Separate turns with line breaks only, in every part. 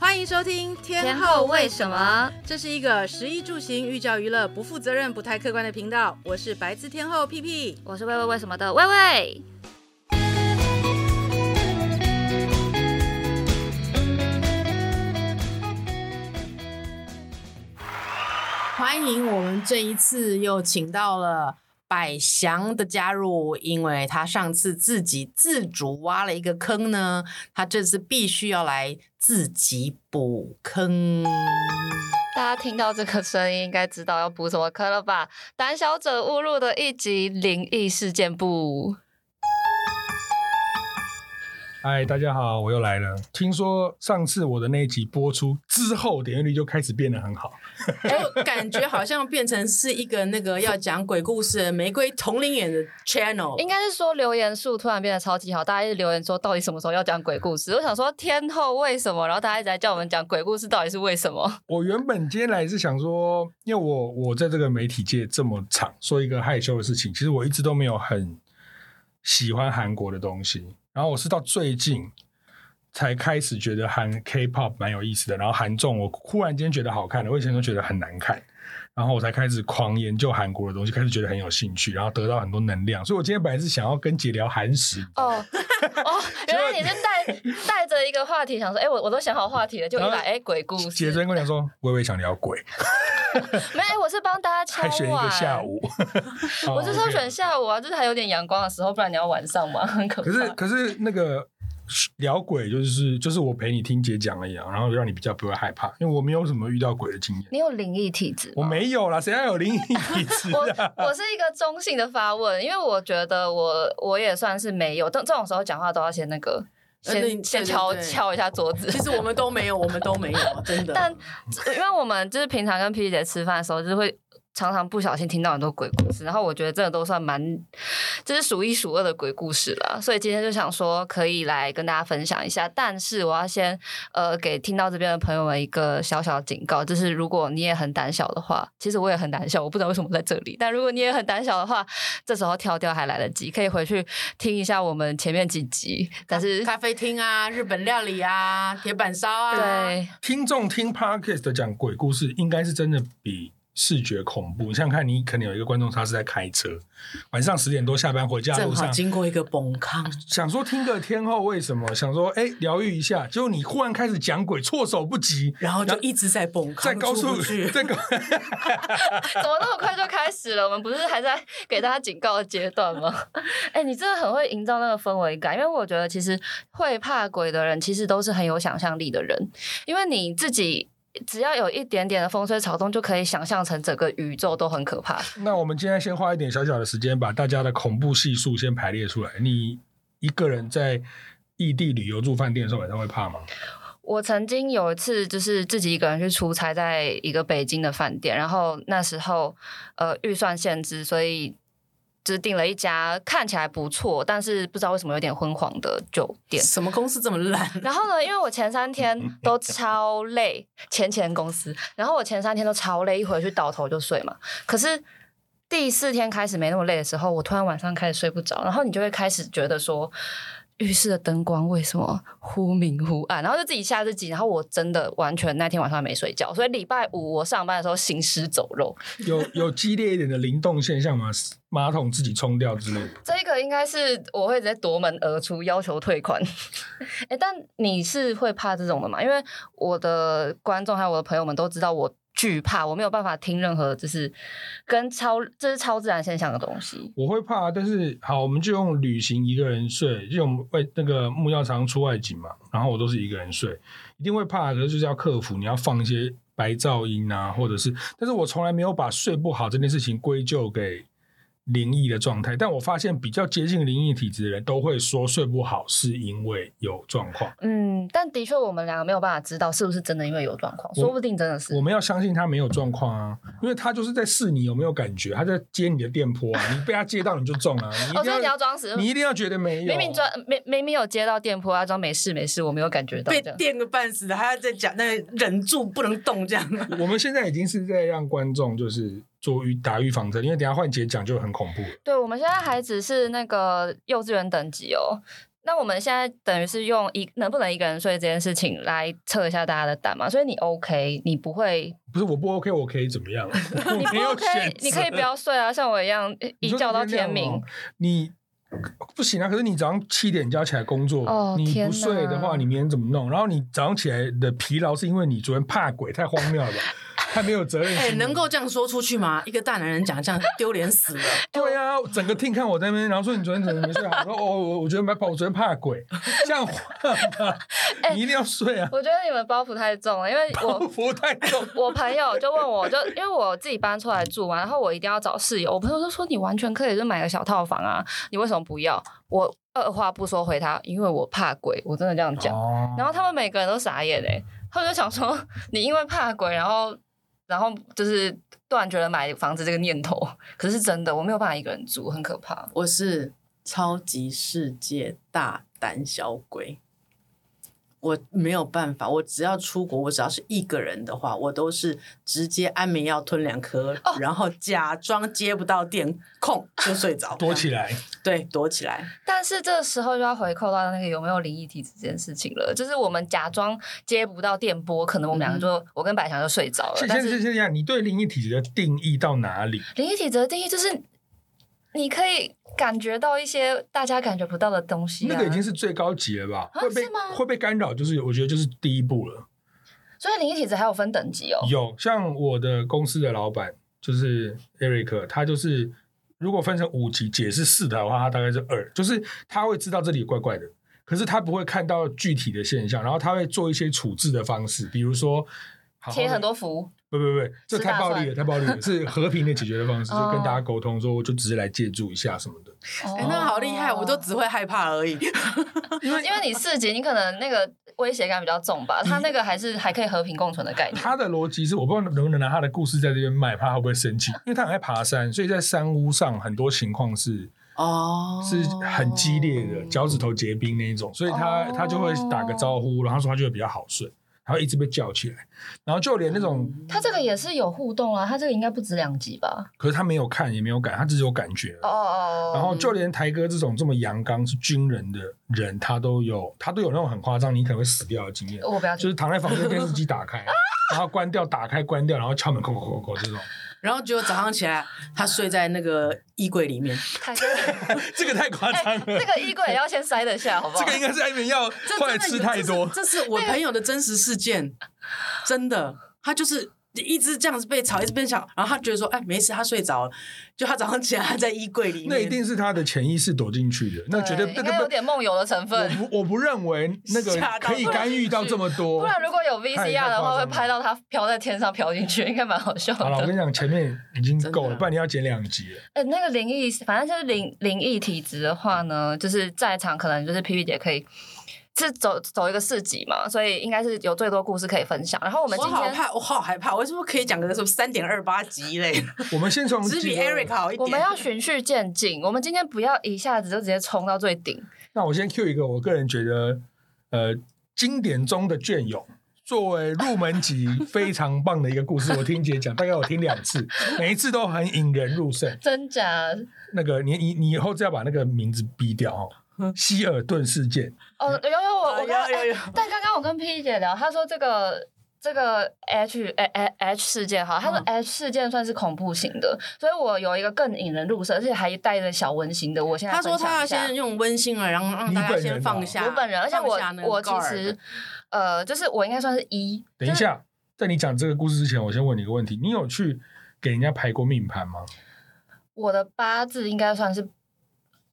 欢迎收听《天后为什么》，这是一个食衣住行、寓教于乐、不负责任、不太客观的频道。我是白字天后屁屁。
我是魏魏为什么的魏魏。
欢迎我们这一次又请到了百祥的加入，因为他上次自己自主挖了一个坑呢，他这次必须要来自己补坑。
大家听到这个声音，应该知道要补什么课了吧？胆小者误入的一集灵异事件簿。
嗨，大家好，我又来了。听说上次我的那一集播出之后，点阅率就开始变得很好。
哎我感觉好像变成是一个那个要讲鬼故事的玫瑰同龄眼的 channel，
应该是说留言数突然变得超级好，大家一直留言说到底什么时候要讲鬼故事？我想说天后为什么？然后大家一直在叫我们讲鬼故事，到底是为什么？
我原本今天来是想说，因为我我在这个媒体界这么长，说一个害羞的事情，其实我一直都没有很喜欢韩国的东西。然后我是到最近才开始觉得韩 K-pop 蛮有意思的，然后韩综我忽然间觉得好看了，我以前都觉得很难看。然后我才开始狂研究韩国的东西，开始觉得很有兴趣，然后得到很多能量。所以我今天本来是想要跟姐聊韩食，
哦 哦，原来你是带带着一个话题，想说，哎、我我都想好话题了，就一来，
然后
哎、鬼故
姐
事
昨。天跟我讲说，微微想聊鬼，
没有，哎我是帮大家敲
还选一个
碗。
下午。
我是说选
哦
下午啊，就是还有点阳光的时候，不然你要晚上嘛， 很可
OK
怕。
可是可是那个聊鬼就是就是我陪你听姐讲了一样，然后让你比较不会害怕，因为我没有什么遇到鬼的经验，
你有灵异体质吗？
我没有啦，谁要有灵异体质啊？
我我是一个中性的发问，因为我觉得我我也算是没有，但这种时候讲话都要先那个，
呃对
先
对
先
对
敲
对
敲一下桌子
其。实我们都没有，我们都没有，真的。
但因为我们就是平常跟 P 姐吃饭的时候，就是会常常不小心听到很多鬼故事，然后我觉得这个都算蛮，就是数一数二的鬼故事了。所以今天就想说可以来跟大家分享一下，但是我要先呃给听到这边的朋友们一个小小的警告，就是如果你也很胆小的话，其实我也很胆小，我不知道为什么在这里，但如果你也很胆小的话，这时候跳掉还来得及，可以回去听一下我们前面几集，但是。
咖啡厅啊，日本料理 啊，铁板烧啊，，
对，
听众听 podcast 讲鬼故事，应该是真的比。视觉恐怖，你想想看，你可能有一个观众他是在开车，晚上十点多下班回家的
正
路
好
上，
经过一个崩康，
想说听个天后为什么，想说哎疗愈一下，结果你忽然开始讲鬼，措手不及，
然后就一直在崩康，
在高
出
速
不去，
在高
怎么那么快就开始了？我们不是还在给大家警告的阶段吗？ 哎、你真的很会营造那个氛围感，因为我觉得其实会怕鬼的人，其实都是很有想象力的人，因为你自己。只要有一点点的风吹草动，就可以想象成整个宇宙都很可怕。
那我们今天先花一点小小的时间，把大家的恐怖系数先排列出来。你一个人在异地旅游住饭店的时候，晚上会怕吗？
我曾经有一次就是自己一个人去出差，在一个北京的饭店，然后那时候呃预算限制，所以只订了一家看起来不错，但是不知道为什么有点昏黄的酒 店。
什么公司这么烂？
然后呢，因为我前三天都超累，前前公司，然后我前三天都超累，一回去倒头就睡嘛。可是第四天开始没那么累的时候，我突然晚上开始睡不着，然后你就会开始觉得说。浴室的灯光为什么忽明忽暗？然后就自己吓自己，然后我真的完全那天晚上没睡觉，所以礼拜五我上班的时候行尸走肉，
有有激烈一点的灵动现象吗？马桶自己冲掉之类的？
这个应该是我会直接夺门而出，要求退款。 哎、但你是会怕这种的吗？因为我的观众还有我的朋友们都知道我惧怕，我没有办法听任何就是跟超这是超自然现象的东西。
我会怕，但是好，我们就用旅行一个人睡，就用外那个木曜常出外景嘛，然后我都是一个人睡，一定会怕，可是就是要克服，你要放一些白噪音啊，或者是，但是我从来没有把睡不好这件事情归咎给灵异的状态，但我发现比较接近灵异体质的人都会说睡不好是因为有状况，
嗯，但的确我们两个没有办法知道是不是真的因为有状况，
我
说不定真的是
我。们要相信他没有状况啊，因为他就是在试你有没有感觉，他在接你的电波啊，你被他接到你就中啊，你一
哦，所以
定
你
要
要装死。
你一定要觉得没有，啊
明明装明明明有接到电波，要装没事没事，我没有感觉到
被
这样。
电个半死的，还要再讲，那忍住不能动这样。
我们现在已经是在让观众就是做预打预防针，因为等一下换节讲就很恐怖了。
对，我们现在还只是那个幼稚园等级哦，那我们现在等于是用一能不能一个人睡这件事情来测一下大家的胆嘛？所以你 OK，你不会，
不是我不 OK，我可以怎 么样？
你
我
不
没有
OK，
选择
你可以不要睡啊，像我一样一
你说
觉到
天
天
亮
明
哦。你不行啊！可是你早上七点就要起来工作，
哦
你
天
不睡的话，
哪
你明天怎么弄？然后你早上起来的疲劳是因为你昨天怕鬼，太荒谬了吧？太没有责任
哎、
心了。
能够这样说出去吗？一个大男人讲这样丢脸死了。
对啊，整个 team 看我在那边，然后说你昨天怎么没睡好？我说哦，我我觉得蛮怕，我昨天怕鬼，这样话 吗？你一定要睡啊！
我觉得你们包袱太重了，因为哎我
服太重，
我朋友就问我就，因为我自己搬出来住嘛，然后我一定要找室友。我朋友就说你完全可以就买个小套房啊，你为什么不要？我二话不说回他，因为我怕鬼，我真的这样讲。
哦
然后他们每个人都傻眼哎、他们就想说你因为怕鬼，然后然后就是断绝了买房子这个念头。可是真的，我没有办法一个人住，很可怕。
我是超级世界大胆小鬼，我没有办法，我只要出国，我只要是一个人的话，我都是直接安眠药吞两颗，然后假装接不到电，空就睡着，
躲起来，
对，躲起来。
但是这时候就要回扣到那个有没有灵异体质这件事情了，就是我们假装接不到电波，可能我们
嗯
两个就、我跟百强就睡着了。
先
但
先
是
先这样，你对灵异体质的定义到哪里？
灵异体质的定义就是你可以感觉到一些大家感觉不到的东西、啊，
那个已经是最高级了吧？
啊
会被
是吗
会被干扰，就是我觉得就是第一步了。
所以灵异体质还有分等级哦。
有像我的公司的老板就是 Eric，他就是如果分成五级解释四的话，他大概是二，就是他会知道这里怪怪的，可是他不会看到具体的现象，然后他会做一些处置的方式，比如说好好
贴
地
很多符，
不不不，这
吃
太
大
暴力
蒜
了，太暴力了，是和平的解决的方式，就跟
哦
大家沟通说，我就只是来借住一下什么的。
哦
哎、那好厉害，我都只会害怕而已。
因为因为你四级，你可能那个威胁感比较重吧，他那个还是还可以和平共存的概念。
他的逻辑是，我不知道能不能拿他的故事在这边卖，怕他会不会生气，因为他很爱爬山，所以在山屋上很多情况是
哦，
是很激烈的，脚趾头结冰那一种，所以他、
哦
他就会打个招呼，然后说他就会比较好睡，他会一直被叫起来，然后就连那种，
他这个也是有互动啊，他这个应该不止两级吧？
可是他没有看也没有感，他只有感觉。
哦哦哦，
然后就连台哥这种这么阳刚是军人的人，他都有他都有那种很夸张，你可能会死掉的经验，
我不要
就
听
是躺在房间电视机打开， 然后关掉，打开关掉，然后敲门，叩叩叩叩这种，
然后结果早上起来，他睡在那个衣柜里面。
太哎，
这个太夸张了，
这个衣柜也要先塞得下，好不好
这个？应该是安眠药
这
后来
真的
吃
有
太
这是
多，
这是我朋友的真实事件，真的，他就是一直这样子被吵，一直被吵，然后他觉得说，哎，没事，他睡着了，就他早上起来他在衣柜里面，
那一定是他的潜意识躲进去的，那绝对那
应该有
个
点梦游的成
不，我
分。
不我不认为那个
吓到
可以干预到这么多。
不然如果有
太太
VCR 的
夸张
话，
了
会拍到他飘在天上飘进去，应该蛮好笑
好了，我
的
跟。你讲，前面已经
真
够了，
的
不然你要剪两集了。
哎、那个灵异，反正就是灵灵异体质的话呢，就是在场可能就是 P P 姐可以是走走一个四级嘛，所以应该是有最多故事可以分享。然后我们
我
今
好
天
怕，我好害怕，我是不是可以讲个什么三点二八集嘞？
我们先 从
只是
几
比
个
Eric 好一点。
我 们要循序渐进，我们今天不要一下子就直接冲到最顶。
那我先 Q 一个，我个人觉得，呃，经典中的隽永，作为入 门级非常棒的一个故事。我听姐讲，大概我听两次，每一次都很引人入胜。
真假？
那个你你你以后只要把那个名字逼掉 哦，希尔顿事件。
哦，有有我
啊
我刚
有有有
哎但刚刚我跟 P 姐聊，她说这个这个 H 哎哎 H 事件哈，她说
嗯
H 事件算是恐怖型的，所以我有一个更引人入胜，而且还带着小温馨的。我现在
他说
分享
他要
一下
先用温馨了，然后让
你
大家
本
先
人啊
放下。
我本人，而且我
放下那个
我其
guard
实呃，就是我应该算是一，
等一下，在你讲这个故事之前，我先问你一个问题：你有去给人家排过命盘吗？
我的八字应该算是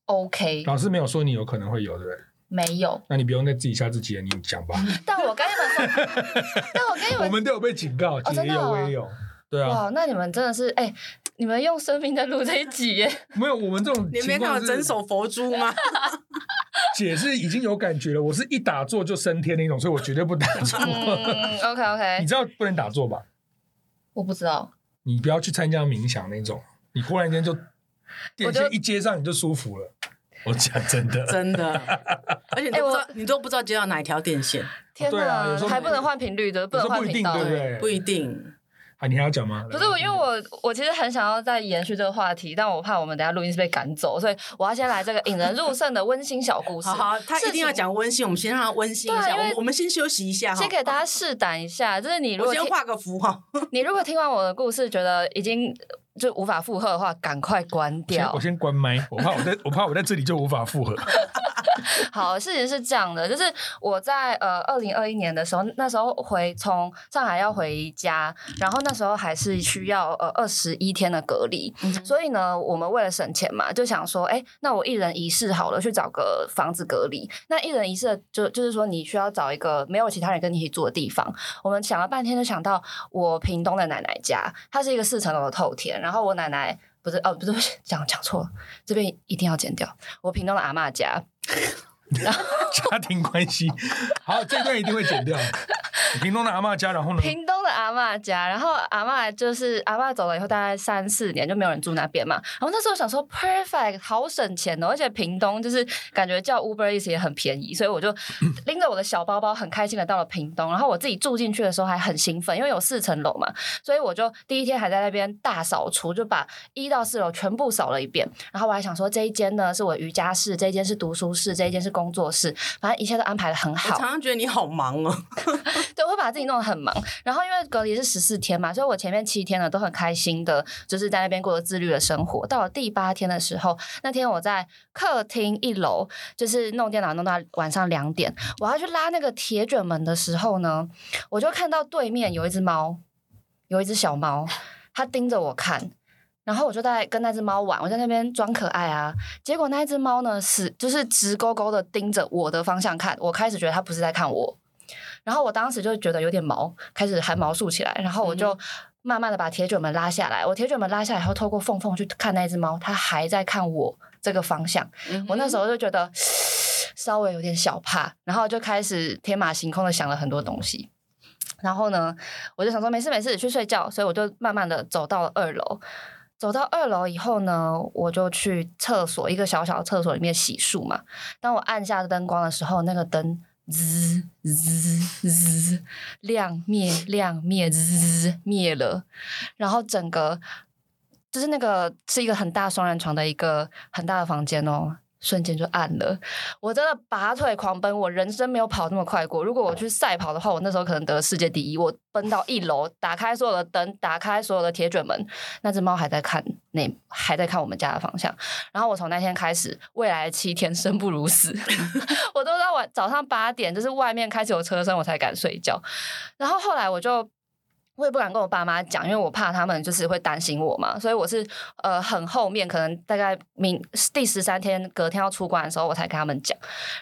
OK，
老师没有说你有可能会有，对不对？
没有。
那你不用再自己吓自己了，你讲吧。
但我跟你 们说，但我跟你
我
们
们都有被警告，姐
真
姐
的
有，
哦
我也有。对啊，
哇，那你们真的是哎、你们用生命在录这一集耶。
没有我们这种
你
情
没看
况
我
是，
整手佛珠 吗？
姐是已经有感觉了。我是一打坐就升天那种，所以我绝对不打坐。
嗯，OK OK，
你知道不能打坐吧？
我不知道。
你不要去参加冥想那种，你忽然间就电
我
线
就
一接上你就舒服了。我讲真的，
真的，而且你都不知道
哎，
你都不知道接到哪一条电线，
天
对啊
哪，
有时候
还不能换频率的，不
有时
能换
候不一
频
定，
道
对。不
不
对？
一定。
啊，你还要讲吗？
不是我，因为我我其实很想要再延续这个话题，但我怕我们等下录音是被赶走，所以我要先来这个引人入胜的温馨小故事。
好好，他一定要讲温馨，我们先让他温馨一
对
下，
因
我
为
们我们先休息一下哈
先。给大家试胆一下，就是你如
我
果
先
听
画个符号，
你如果听完我的故事觉得已经就无法负荷的话，赶快关
我先
掉
我。先关麦，我怕我在我怕我在这里就无法 复合。
好，事情是这样的，就是我在呃二零二一年的时候，那时候回从上海要回家，然后那时候还是需要呃二十一天的隔离，所以呢，我们为了省钱嘛，就想说，哎，那我一人一室好了，去找个房子隔离。那一人一室的就就是说，你需要找一个没有其他人跟你一起住的地方。我们想了半天，就想到我屏东的奶奶家，它是一个四层楼的透天，然后我奶奶。不是哦，不是讲讲错了，这边一定要剪掉。我屏东的阿嬷家，
家庭关系，好，这段一定会剪掉。屏东的阿嬷家，然后呢？
屏东的阿嬷家，然后阿嬷就是阿嬷走了以后，大概三四年就没有人住那边嘛。然后那时候想说，perfect，好省钱哦，而且屏东就是感觉叫 Uber Eats 也很便宜，所以我就拎着我的小包包，很开心的到了屏东。然后我自己住进去的时候还很兴奋，因为有四层楼嘛，所以我就第一天还在那边大扫除，就把一到四楼全部扫了一遍。然后我还想说，这一间呢是我瑜伽室，这一间是读书室，这一间是工作室，反正一切都安排的很
我
好
常。常觉得你好忙哦。
对，我会把自己弄得很忙。然后因为隔离是十四天嘛，所以我前面七天呢都很开心的，就是在那边过着自律的生活。到了第八天的时候，那天我在客厅一楼，就是弄电脑弄到晚上两点，我要去拉那个铁卷门的时候呢，我就看到对面有一只猫，有一只小猫，它盯着我看。然后我就在跟那只猫玩，我在那边装可爱啊。结果那一只猫呢，死就是直勾勾的盯着我的方向看。我开始觉得它不是在看我，然后我当时就觉得有点毛，开始汗毛竖起来，然后我就慢慢的把铁卷门拉下来。我铁卷门拉下来以后，透过缝缝去看那只猫，它还在看我这个方向。我那时候就觉得稍微有点小怕，然后就开始天马行空的想了很多东西。然后呢，我就想说没事没事，去睡觉。所以我就慢慢的走到了二楼。走到二楼以后呢，我就去厕所一个小小的厕所里面洗漱嘛。当我按下灯光的时候，那个灯滋滋滋亮灭亮灭滋灭了，然后整个就是那个是一个很大双人床的一个很大的房间哦。瞬间就暗了，我真的拔腿狂奔，我人生没有跑那么快过。如果我去赛跑的话，我那时候可能得世界第一。我奔到一楼，打开所有的灯，打开所有的铁卷门，那只猫还在看那，还在看我们家的方向。然后我从那天开始，未来七天生不如死， 我都到晚早上八点，就是外面开始有车声，我才敢睡觉。然后后来我就。我也不敢跟我爸妈讲，因为我怕他们就是会担心我嘛，所以我是呃很后面，可能大概明第十三天隔天要出关的时候，我才跟他们讲。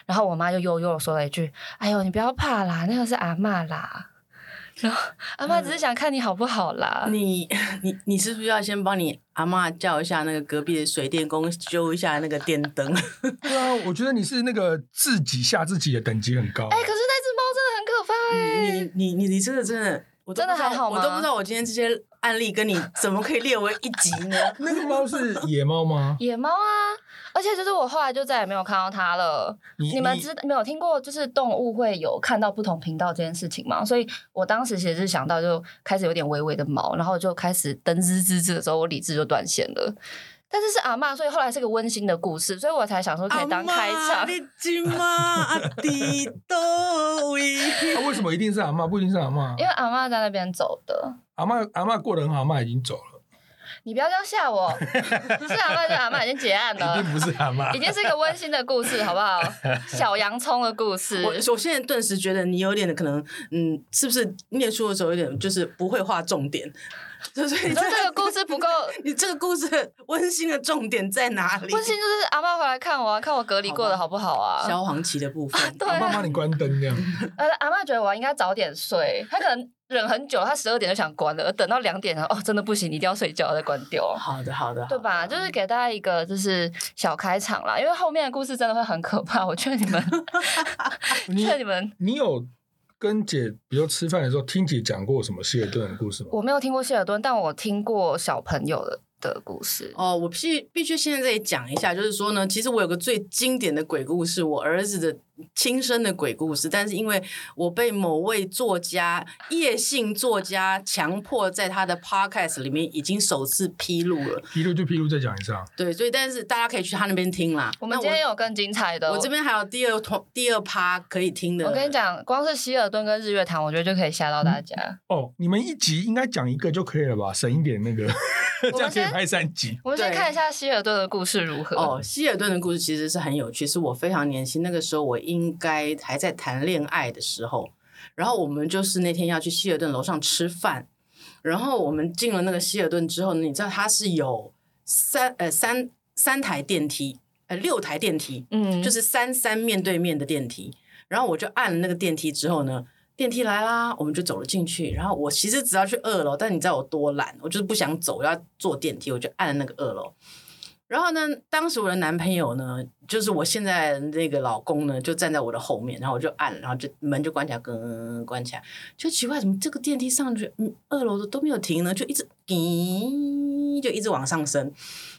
然后我妈就悠悠的说了一句：“哎呦，你不要怕啦，那个是阿嬷啦。”然后阿嬷只是想看你好不好啦。
你你你是不是要先帮你阿嬷叫一下那个隔壁的水电工修一下那个电灯？
对啊，我觉得你是那个自己吓自己的等级很高。
哎、可是
嗯
那只猫真的很可怕哎、
你你你你这个真的，我都
真的
不知道
还好
我都
吗
不知道我今天这些案例跟你怎么可以列为一集呢？
那个猫是野 猫吗？
野猫啊，而且就是我后来就再也没有看到它了。
你
你们知没有听过，就是动物会有看到不同频道这件事情吗？所以我当时其实是想到，就开始有点微微的毛，然后就开始噔滋滋滋的时候，我理智就断线了。但是是阿嬷，所以后来是个温馨的故事， 所以我才想说可
阿
以当开
嬷
场。
你今嘛阿弟都位？
啊为什么一定是阿嬷？不一定是阿嬷
因为。阿嬷在那边走的，
阿嬷阿嬷过得很好，阿嬷已经走了，
你不要这样 吓我。是阿嬷，是阿嬷，已经结案
一
了
定，不是阿嬷
已。经是一个温馨的故事，好不好？小洋葱的故事。
我我现在顿时觉得你有点可能，嗯，是不是念书的时候有点就是不会画重点？就是你
你说这个故事 不够
你这个故事的温馨的重点在哪里？
温馨，就是阿妈回来看我、啊，看我隔离过得好不好啊？
消黄旗的部分。
对
阿嬷
啊，
帮你关灯这样。
呃，阿妈觉得我应该早点睡，她可能忍很久，她十二点就想关了，等到两点了，哦，真的不行，你一定要睡觉再关掉，
好的，好的，
对吧？就是给大家一个就是小开场啦，因为后面的故事真的会很可怕，我劝你们，
你
劝你们。
你有跟姐，比如吃饭的时候听姐讲过什么希尔顿的故事吗？
我没有听过谢尔顿，但我听过小朋友的的故事。
哦，我必须必须现在这里讲一下，就是说呢，其实我有个最经典的鬼故事，我儿子的亲身的鬼故事，但是因为我被某位作家、叶姓作家强迫在他的 podcast 里面已经首次披露了，
披露就披露，再讲一次啊。
对，所以但是大家可以去他那边听啦。
我们
那
今天有更精彩的。哦
我这边还有第二团第二趴可以听的。
我跟你，讲，光是希尔顿跟日月潭，我觉得就可以吓到大
嗯
家。
哦，你们一集应该讲一个就可以了吧？省一点那个， 这样可以
先
拍三集。
我们先
对
看一下希尔顿的故事如何。
哦，希尔顿的故事其实是很有趣，是我非常年轻，那个时候我应该还在谈恋爱的时候，然后我们就是那天要去希尔顿楼上吃饭，然后我们进了那个希尔顿之后呢，你知道它是有三呃三三台电梯，呃六台电梯，
嗯，
就是三三面对面的电梯，然后我就按了那个电梯之后呢，电梯来啦，我们就走了进去。然后我其实只要去二楼，但你知道我多懒，我就是不想走，要坐电梯，我就按了那个二楼。然后呢，当时我的男朋友呢，就是我现在的那个老公呢，就站在我的后面，然后我就按了，然后就门就关起来，跟关起来，就奇怪，怎么这个电梯上去，嗯，二楼的都没有停呢，就一直咦，就一直往上升。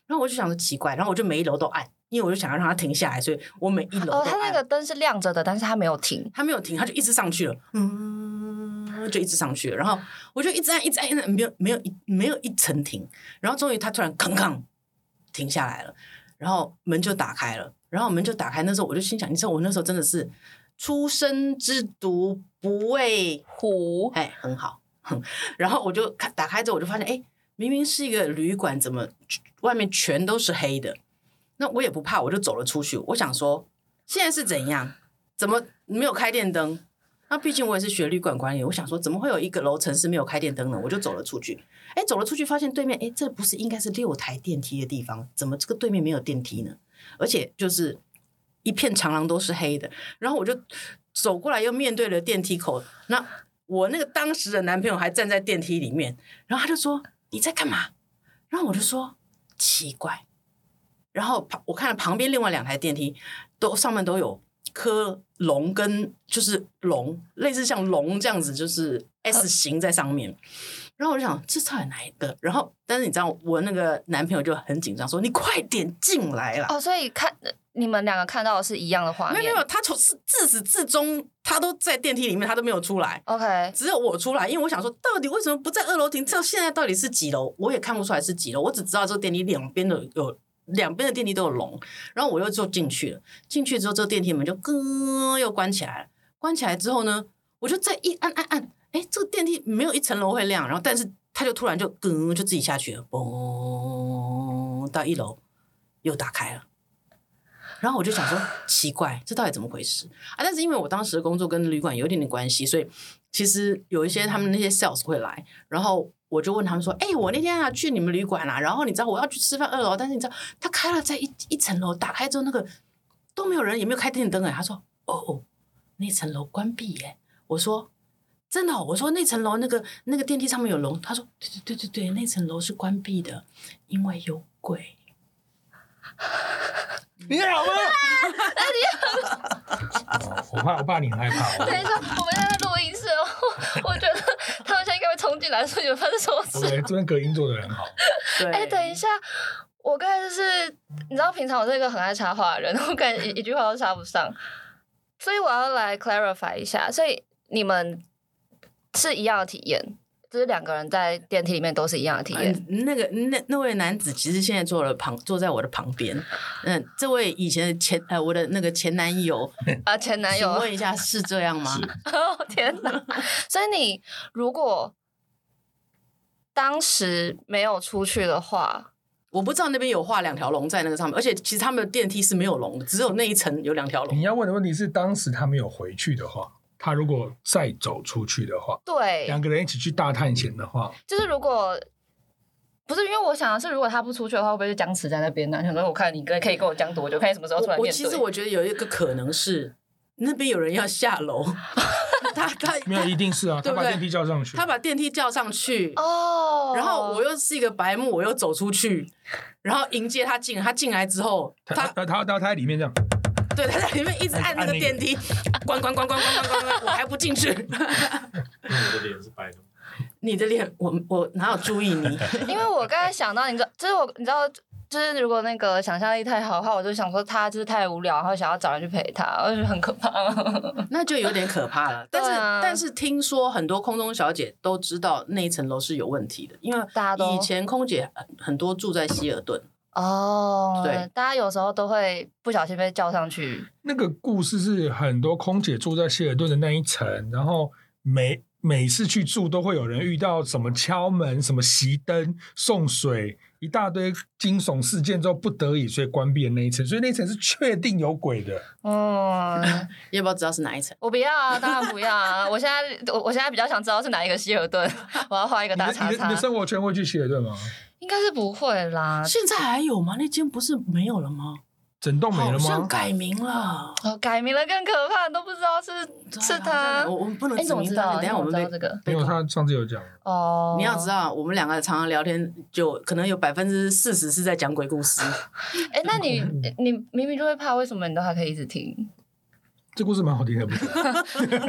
然后我就想说奇怪，然后我就每一楼都按，因为我就想要让它停下来，所以我每一楼都按。
哦，它那个灯是亮着的，但是它没有停。
他没有停，他就一直上去了，嗯，就一直上去了。然后我就一直按，一直按，一直按没有没有一没有一层停。然后终于他突然吭吭停下来了，然后门就打开了，然后门就打开。那时候我就心想，你知道我那时候真的是出生之犊不畏虎，哎，很好。哼然后我就看打开之后，我就发现，哎，明明是一个旅馆，怎么外面全都是黑的？那我也不怕，我就走了出去。我想说，现在是怎样？怎么没有开电灯？那毕竟我也是学旅馆管理，我想说怎么会有一个楼层是没有开电灯呢？我就走了出去。哎，走了出去发现对面，哎，这不是应该是六台电梯的地方？怎么这个对面没有电梯呢？而且就是一片长廊都是黑的。然后我就走过来，又面对了电梯口。那我那个当时的男朋友还站在电梯里面，然后他就说：“你在干嘛？”然后我就说：“奇怪。”然后旁我看了旁边另外两台电梯，都上面都有刻龙跟就是龙，类似像龙这样子，就是 S 型在上面。然后我就想，这到底哪一个？然后，但是你知道，我那个男朋友就很紧张，说：“你快点进来啦！”
哦，所以看你们两个看到的是一样的画
没有
面。
没有，他从自自始至终他都在电梯里面，他都没有出来，
OK，
只有我出来，因为我想说，到底为什么不在二楼停？这现在到底是几楼？我也看不出来是几楼，我只知道这个电梯两边的有。两边的电梯都有笼，然后我又就进去了。进去之后，这个电梯门就咯又关起来了。关起来之后呢，我就再一按按按，哎，这个电梯没有一层楼会亮，然后但是它就突然就咯就自己下去了，嘣到一楼又打开了。然后我就想说，奇怪，这到底怎么回事啊？但是因为我当时的工作跟旅馆有一点点关系，所以其实有一些他们那些 sales 会来，然后我就问他们说：“哎、我那天啊去你们旅馆啊，然后你知道我要去吃饭二楼，但是你知道他开了在一一层楼，打开之后那个都没有人，也没有开电灯哎、他说：“哦哦，那层楼关闭耶、我说：“真的哦、我说那层楼那个那个电梯上面有龙。”他说：“对对对对对，那层楼是关闭的，因为有鬼。”嗯
你好 吗？哦我怕，我怕你很害怕。哦
等一下，我们现在在录音室哦，我觉得他们现在应该会冲进来，所以你们发生什么事？
OK，这边隔音做的很好。
对，
哎、等一下，我刚才就是你知道，平常我是一个很爱插话的人， 我感觉一一句话都插不上，所以我要来 clarify 一下，所以你们是一样的体验，就是两个人在电梯里面都是一样的体验。
嗯，那个那那位男子其实现在坐了旁坐在我的旁边，嗯，这位以前的前呃我的那个前男友，
啊，前男友
哎请，问一下是这样吗？
哦天 哪！所以你如果当时没有出去的话，
我不知道那边有画两条龙在那个上面，而且其实他们的电梯是没有龙的，只有那一层有两条龙
你。要问的问题是，当时他没有回去的话，他如果再走出去的话，
对，
两个人一起去大探险的话，
就是如果不是因为我想的是，如果他不出去的话，会不会就僵持在那边呢？想说我看你跟可以跟我僵多久，看你什么时候出来
我我
面
其实
对。
我觉得有一个可能是那边有人要下 楼，他他
没有一定是啊，
对不
他把
对
电梯叫上去，
他把电梯叫上去，
哦，
然后 我又是一个白目，我又走出去，然后迎接他进来，他进来之后，
他
他
他他他他在里面这样，
对，他在里面一直按那个电梯，关关关关关关关关，我还不进去。
因为我的脸是白的。
你的脸，我我哪有注意你？
因为我刚才想到，你知道，就是我你知道就是如果那个想象力太好的话，我就想说他就是太无聊，然后想要找人去陪他，我就觉得很可怕。
那就有点可怕了。但
对
是、
啊
但是听说很多空中小姐都知道那一层楼是有问题的，因为
大家都
以前空姐很很多住在希尔顿，
哦，
对，
大家有时候都会不小心被叫上去，
那个故事是很多空姐住在希尔顿的那一层，然后每每次去住都会有人遇到什么敲门、什么熄灯、送水，一大堆惊悚事件之后不得已，所以关闭了那一层，所以那一层是确定有鬼的。
嗯，
要不要知道是哪一层？
我不要啊，当然不要啊！我现在我我现在比较想知道是哪一个希尔顿，我要画一个
你的
大
你
叉
的你的
叉。
生活圈会去希尔顿吗？
应该是不会啦，
现在还有吗？那间不是没有了吗？
整栋没了
好像
吗？
改名了。
哦，改名了更可怕，都不知道是
对啊
是
好像
他
我。我们不能
哎，
指
你怎么
名
知
道人，
道？
等一
你
下
怎
我们
么知道
被
这个？
没有，
被告
他上次有讲，
哦，
你要知。道，我们两个常常聊天，就可能有百分之四十是在讲鬼故事。
哎，那你
嗯
你明明就会怕，为什么你都还可以一 直听？
这故事蛮好听的。不是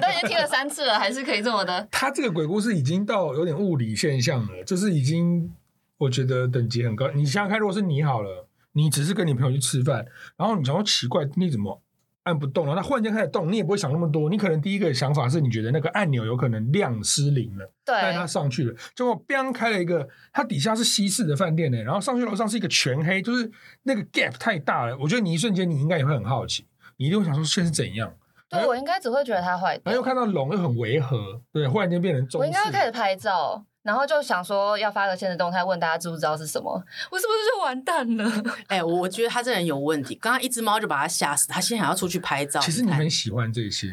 但已经听了三次了，还是可以这么的。
他这个鬼故事已经到有点物理现象了，就是已经我觉得等级很高。你想想看，如果是你好了，你只是跟你朋友去吃饭，然后你想说奇怪，你怎么按不动了？那忽然间开始动，你也不会想那么多，你可能第一个想法是你觉得那个按钮有可能亮失灵了，
对，
带
啊
它上去了，结果 biang 开了一个，它底下是西式的饭店呢、然后上去楼上是一个全黑，就是那个 gap 太大了。我觉得你一瞬间你应该也会很好奇，你一定会想说现在是怎样。
对我应该只会觉得它坏
然
掉
后又。看到龙又很违和，对，忽然间变成中
我
式。
应该会开始拍照，然后就想说要发个现实动态，问大家知不知道是什么？我是不是就完蛋了？
哎、我我觉得他这人有问题。刚刚一只猫就把他吓死，他现在还要出去拍照。
其实你
你看
很喜欢这些，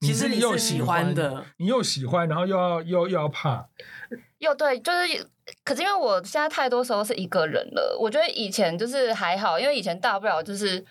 其实你
你又
是喜欢的，
你又喜欢，然后又要又又要怕，
又对，就是，可是因为我现在太多时候是一个人了，我觉得以前就是还好，因为以前大不了就是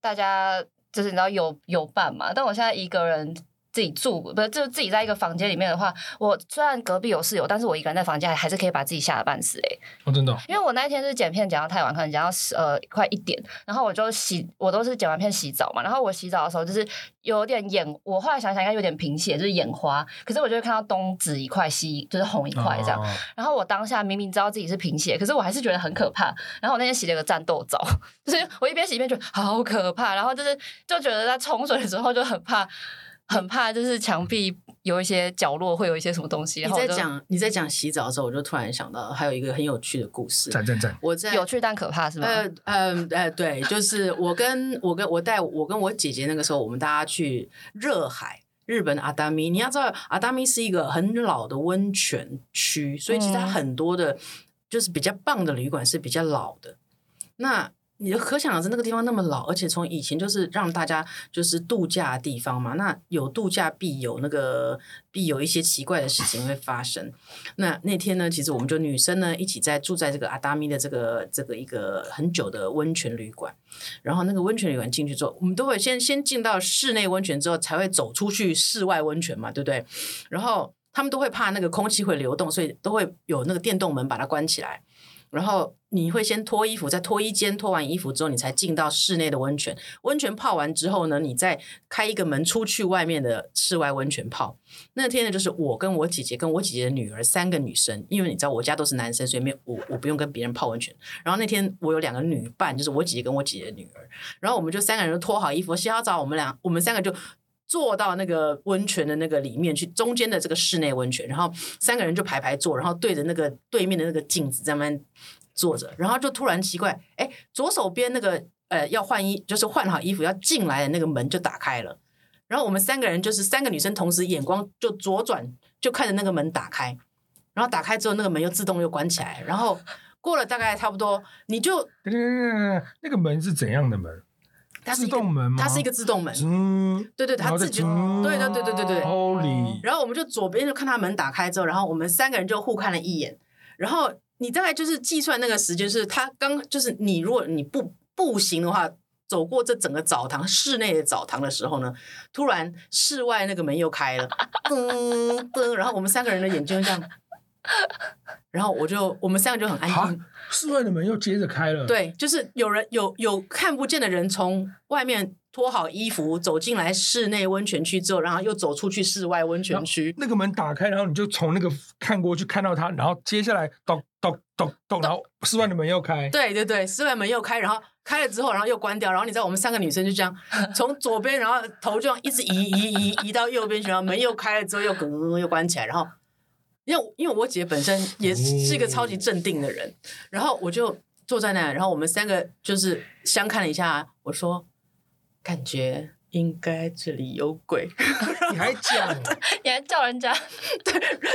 大家就是你知道有有伴嘛，但我现在一个人。自己住不是就自己在一个房间里面的话，我虽然隔壁有室友，但是我一个人在房间还还是可以把自己吓得半死哎、欸
哦，真的哦、
因为我那一天是剪片剪到太晚，可能剪到十呃快一点，然后我就洗，我都是剪完片洗澡嘛，然后我洗澡的时候就是有点眼，我后来想想应该有点贫血，就是眼花，可是我就会看到东紫一块，西一就是红一块这样，
哦
然后我当下明明知道自己是贫血，可是我还是觉得很可怕。然后我那天洗了个战斗澡， 就是我一边洗一边觉得好可怕，然后就是就觉得在冲水的时候就很怕，很怕就是墙壁有一些角落会有一些什么东西。
你
然后我
在
就
讲你在讲洗澡的时候，我就突然想到还有一个很有趣的故事。
赞赞赞，
我在
有趣但可怕是吗？
呃呃呃，对，就是我跟我跟我带我跟我姐姐那个时候，我们大家去热海。日本的阿达米，你要知道，阿达米是一个很老的温泉区，所以其实它
嗯
很多的，就是比较棒的旅馆是比较老的。那你就可想而知，那个地方那么老，而且从以前就是让大家就是度假的地方嘛，那有度假必有那个必有一些奇怪的事情会发生。那那天呢，其实我们就女生呢一起在住在这个阿达米的这个这个一个很久的温泉旅馆，然后那个温泉旅馆进去之后，我们都会先先进到室内温泉之后，才会走出去室外温泉嘛，对不对？然后他们都会怕那个空气会流动，所以都会有那个电动门把它关起来。然后你会先脱衣服，在脱衣间脱完衣服之后，你才进到室内的温泉。温泉泡完之后呢，你再开一个门出去外面的室外温泉泡。那天呢，就是我跟我姐姐跟我姐姐的女儿三个女生，因为你知道我家都是男生，所以没有我我不用跟别人泡温泉。然后那天我有两个女伴，就是我姐姐跟我姐姐的女儿，然后我们就三个人就脱好衣服，洗好澡，我们俩我们三个就。坐到那个温泉的那个里面去，中间的这个室内温泉，然后三个人就排排坐，然后对着那个对面的那个镜子在那边坐着，然后就突然奇怪，哎，左手边那个呃要换衣，就是换好衣服要进来的那个门就打开了，然后我们三个人就是三个女生同时眼光就左转，就看着那个门打开，然后打开之后那个门又自动又关起来，然后过了大概差不多，你就
等等等等等，那个门是怎样的门？
它是
自
一个
动门吗？
它是一个自动门，
嗯
对对，
然
它
后再
自己
嗯
对对对对对对，
，Holy，
然后我们就左边就看他门打开之后，然后我们三个人就互看了一眼，然后你大概就是计算那个时间，就是他刚就是你如果你不步行的话，走过这整个澡堂室内的澡堂的时候呢，突然室外那个门又开了，噔噔，然后我们三个人的眼睛就这样，然后我就我们三个就很安
好
静，，
嗯室外的门又接着开了，，
对，就是有人有有看不见的人从外面脱好衣服走进来室内温泉区之后，然后又走出去室外温泉区，
那个门打开，然后你就从那个看过去看到他，然后接下来咚咚咚咚，然后室外的门又 开，
对对对，室外门又开，然后开了之后，然后又关掉，然后你知道我们三个女生就这 样从左边，然后头就这样一直移移移移到右边去，然后门又开了之后又梗又关起来，然后因为因为我姐本身也是一个超级镇定的人，然后我就坐在那，然后我们三个就是相看了一下，我说感觉应该这里有鬼，
你还 讲，
你还叫人家？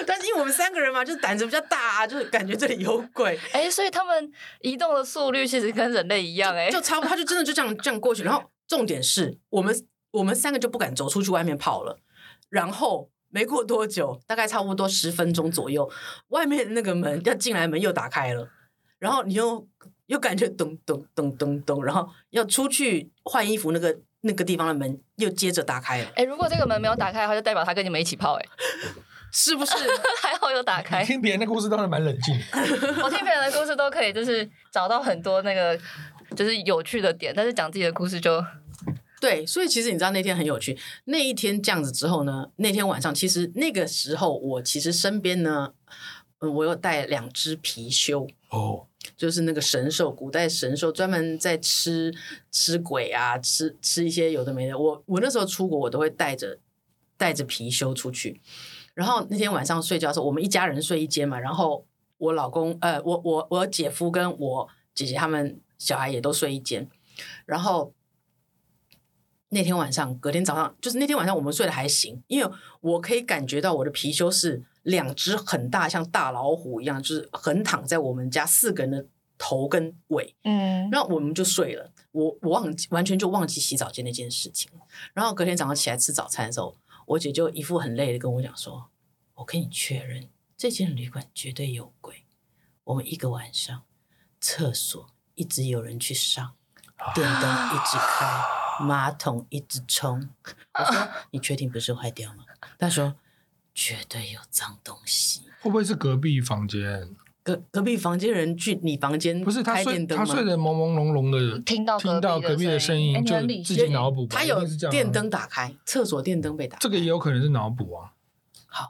但是因为我们三个人嘛，就是胆子比较大、啊，就是感觉这里有鬼，
哎、所以他们移动的速率其实跟人类一样、哎，
就差不多，他就真的就这样这样过去。然后重点是我们我们三个就不敢走出去外面跑了。然后没过多久，大概差不多十分钟左右，外面的那个门要进来门又打开了，然后你又又感觉咚咚咚咚咚，然后要出去换衣服那个那个地方的门又接着打开了，
哎、如果这个门没有打开的话，就代表他跟你们一起泡、哎，
是不是？
还好有打开
你。听别人的故事倒是蛮冷静的，
我听别人的故事都可以，就是找到很多那个就是有趣的点，但是讲自己的故事就
对，所以其实你知道那天很有趣。那一天这样子之后呢，那天晚上其实那个时候我其实身边呢，嗯我有带两只貔貅，
哦，
就是那个神兽，古代神兽专门在吃吃鬼啊，吃吃一些有的没的。我我那时候出国，我都会带着带着貔貅出去。然后那天晚上睡觉的时候，我们一家人睡一间嘛，然后我老公呃，我我我姐夫跟我姐姐他们小孩也都睡一间，然后。那天晚上，隔天早上，就是那天晚上我们睡得还行，因为我可以感觉到我的貔貅是两只很大，像大老虎一样，就是横躺在我们家四个人的头跟尾，
嗯，
然后我们就睡了。我我忘记完全就忘记洗澡间那件事情了。然后隔天早上起来吃早餐的时候，我姐就一副很累的跟我讲说：“我跟你确认，这间旅馆绝对有鬼。我们一个晚上，厕所一直有人去上，电灯一直开，马桶一直冲。”我说：“你确定不是坏掉吗？”她说：“绝对有脏东西。”
会不会是隔壁房间？
隔隔壁房间人去你房间
不是他
开
睡，
电灯
他
吗？
睡得朦朦胧胧的，
听到
听到隔壁的声音
哎你
就
很理
自
性
己脑补吧，
他
一
有
定是这样啊
电灯打开，厕所电灯被打开。
这个也有可能是脑补啊，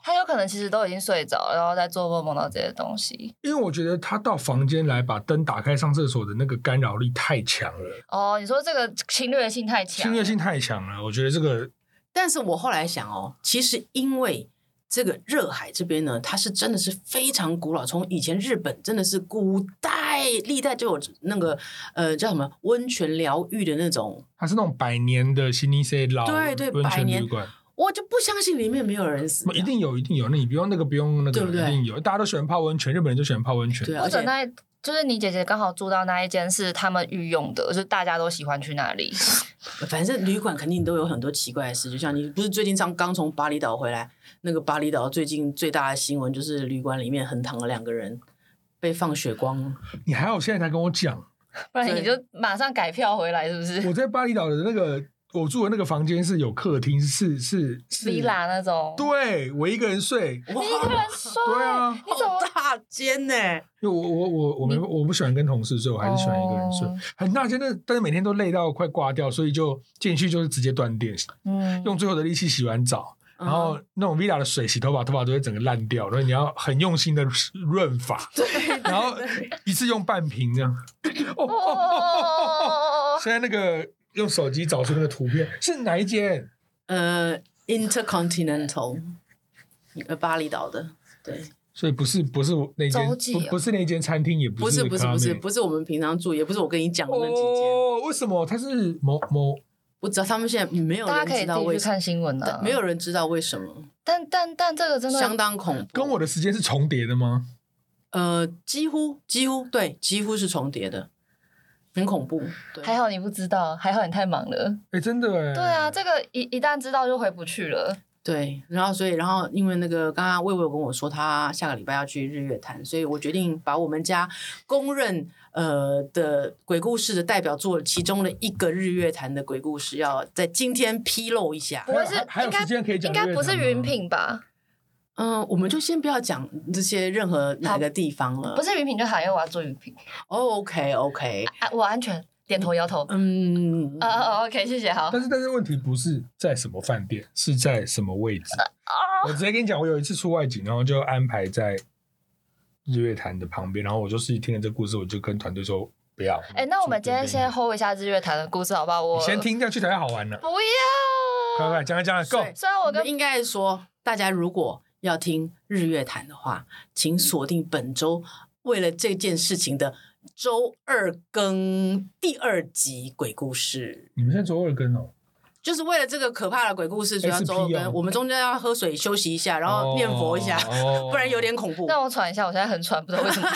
他有可能其实都已经睡着，然后在做梦梦到这些东西。
因为我觉得他到房间来把灯打开上厕所的那个干扰力太强了，
哦，你说这个侵略性太强，
侵略性太强了，我觉得这个
但是我后来想哦，其实因为这个热海这边呢，它是真的是非常古老，从以前日本真的是古代历代就有那个呃叫什么温泉疗愈的那种，
它是那种百年的悉尼 C 老
对对
温
百
泉
年
旅馆，
我就不相信里面没有人死
不一
掉。
定有，一定有，那你不用那个，不用那个，
对不对
一定有，大家都喜欢泡温泉，日本人就喜欢泡温泉，
对啊，
或
而
者
且
那一就是你姐姐刚好住到那一间是他们御用的，就是大家都喜欢去那里。
反正旅馆肯定都有很多奇怪的事，就像你不是最近刚刚从巴厘岛回来，那个巴厘岛最近最大的新闻就是旅馆里面横躺了两个人被放血光，
你还好，现在才跟我讲，
不然
对
你就马上改票回来，是不是
我在巴厘岛的那个我住的那个房间是有客厅，是是是
？villa 那种，
对我一个人睡，
哇，
你一个人睡，
对啊
你怎么
好大间呢、
因为我我我我没我不喜欢跟同事睡，我还是喜欢一个人睡
哦，
很大间的，但是每天都累到快挂掉，所以就进去就是直接断电，
嗯
用最后的力气洗完澡。然
嗯
后那种 villa 的水洗头发，头发都会整个烂掉，然后你要很用心的润 发，然后一次用半瓶这样。哦哦哦哦哦！
哦，
现在那个用手机找出那个图片是哪一间？
呃，Intercontinental，呃，巴厘岛的，对，
所以不是不是那间，
洲际
不
哦
不是那间餐厅，也
不
是
是
不
不是不是
不
不是我们平常住，也不是我跟你讲的那几间，
哦，为什么它是某某？
我知道他们现在 没有人
大家可以
知
自
道
己
为
去
什么，
看新闻的、
但没有，人知道为什么，
但但但这个真的
相当恐怖，
跟我的时间是重叠的吗？
呃，几乎几乎对，几乎是重叠的，很恐怖，对，
还好你不知道，还好你太忙
嗯
了。
哎，真的哎。
对啊，这个一一旦知道就回不去了。
对，然后所以，然后因为那个刚刚魏魏有跟我说，他下个礼拜要去日月潭，所以我决定把我们家公认呃的鬼故事的代表作其中的一个日月潭的鬼故事，要在今天披露一下
不。会是
还还有
应该
时间可以讲
应该不是
越南吗
云品哦吧？
嗯、我们就先不要讲这些任何哪个地方了。
不是云品就好，因为我要做云品。
o k OK，
啊，我安全，点头摇头。啊
嗯，
啊啊，OK，谢谢，好。
但是但是问题不是在什么饭店，是在什么位
呃
置。
哦
我直接跟你讲，我有一次出外景，然后就安排在日月潭的旁边，然后我就是听了这故事，我就跟团队说不要。
哎、那我们今天先
你
hold 一下日月潭的故事，好不好？我
先，听掉去才好玩呢。
不
快
要。
快讲了讲了
所以
，Go！
虽然我
我
跟
们应该说，大家如果要听日月潭的话，请锁定本周为了这件事情的周二更第二集鬼故事。
你们现在周二更哦，
就是为了这个可怕的鬼故事，所以要
SP
周二
哦
更。我们中间要喝水休息一下，然后念佛一下，
哦
不然有点恐怖。
让我喘一下，我现在很喘，不知道为什么。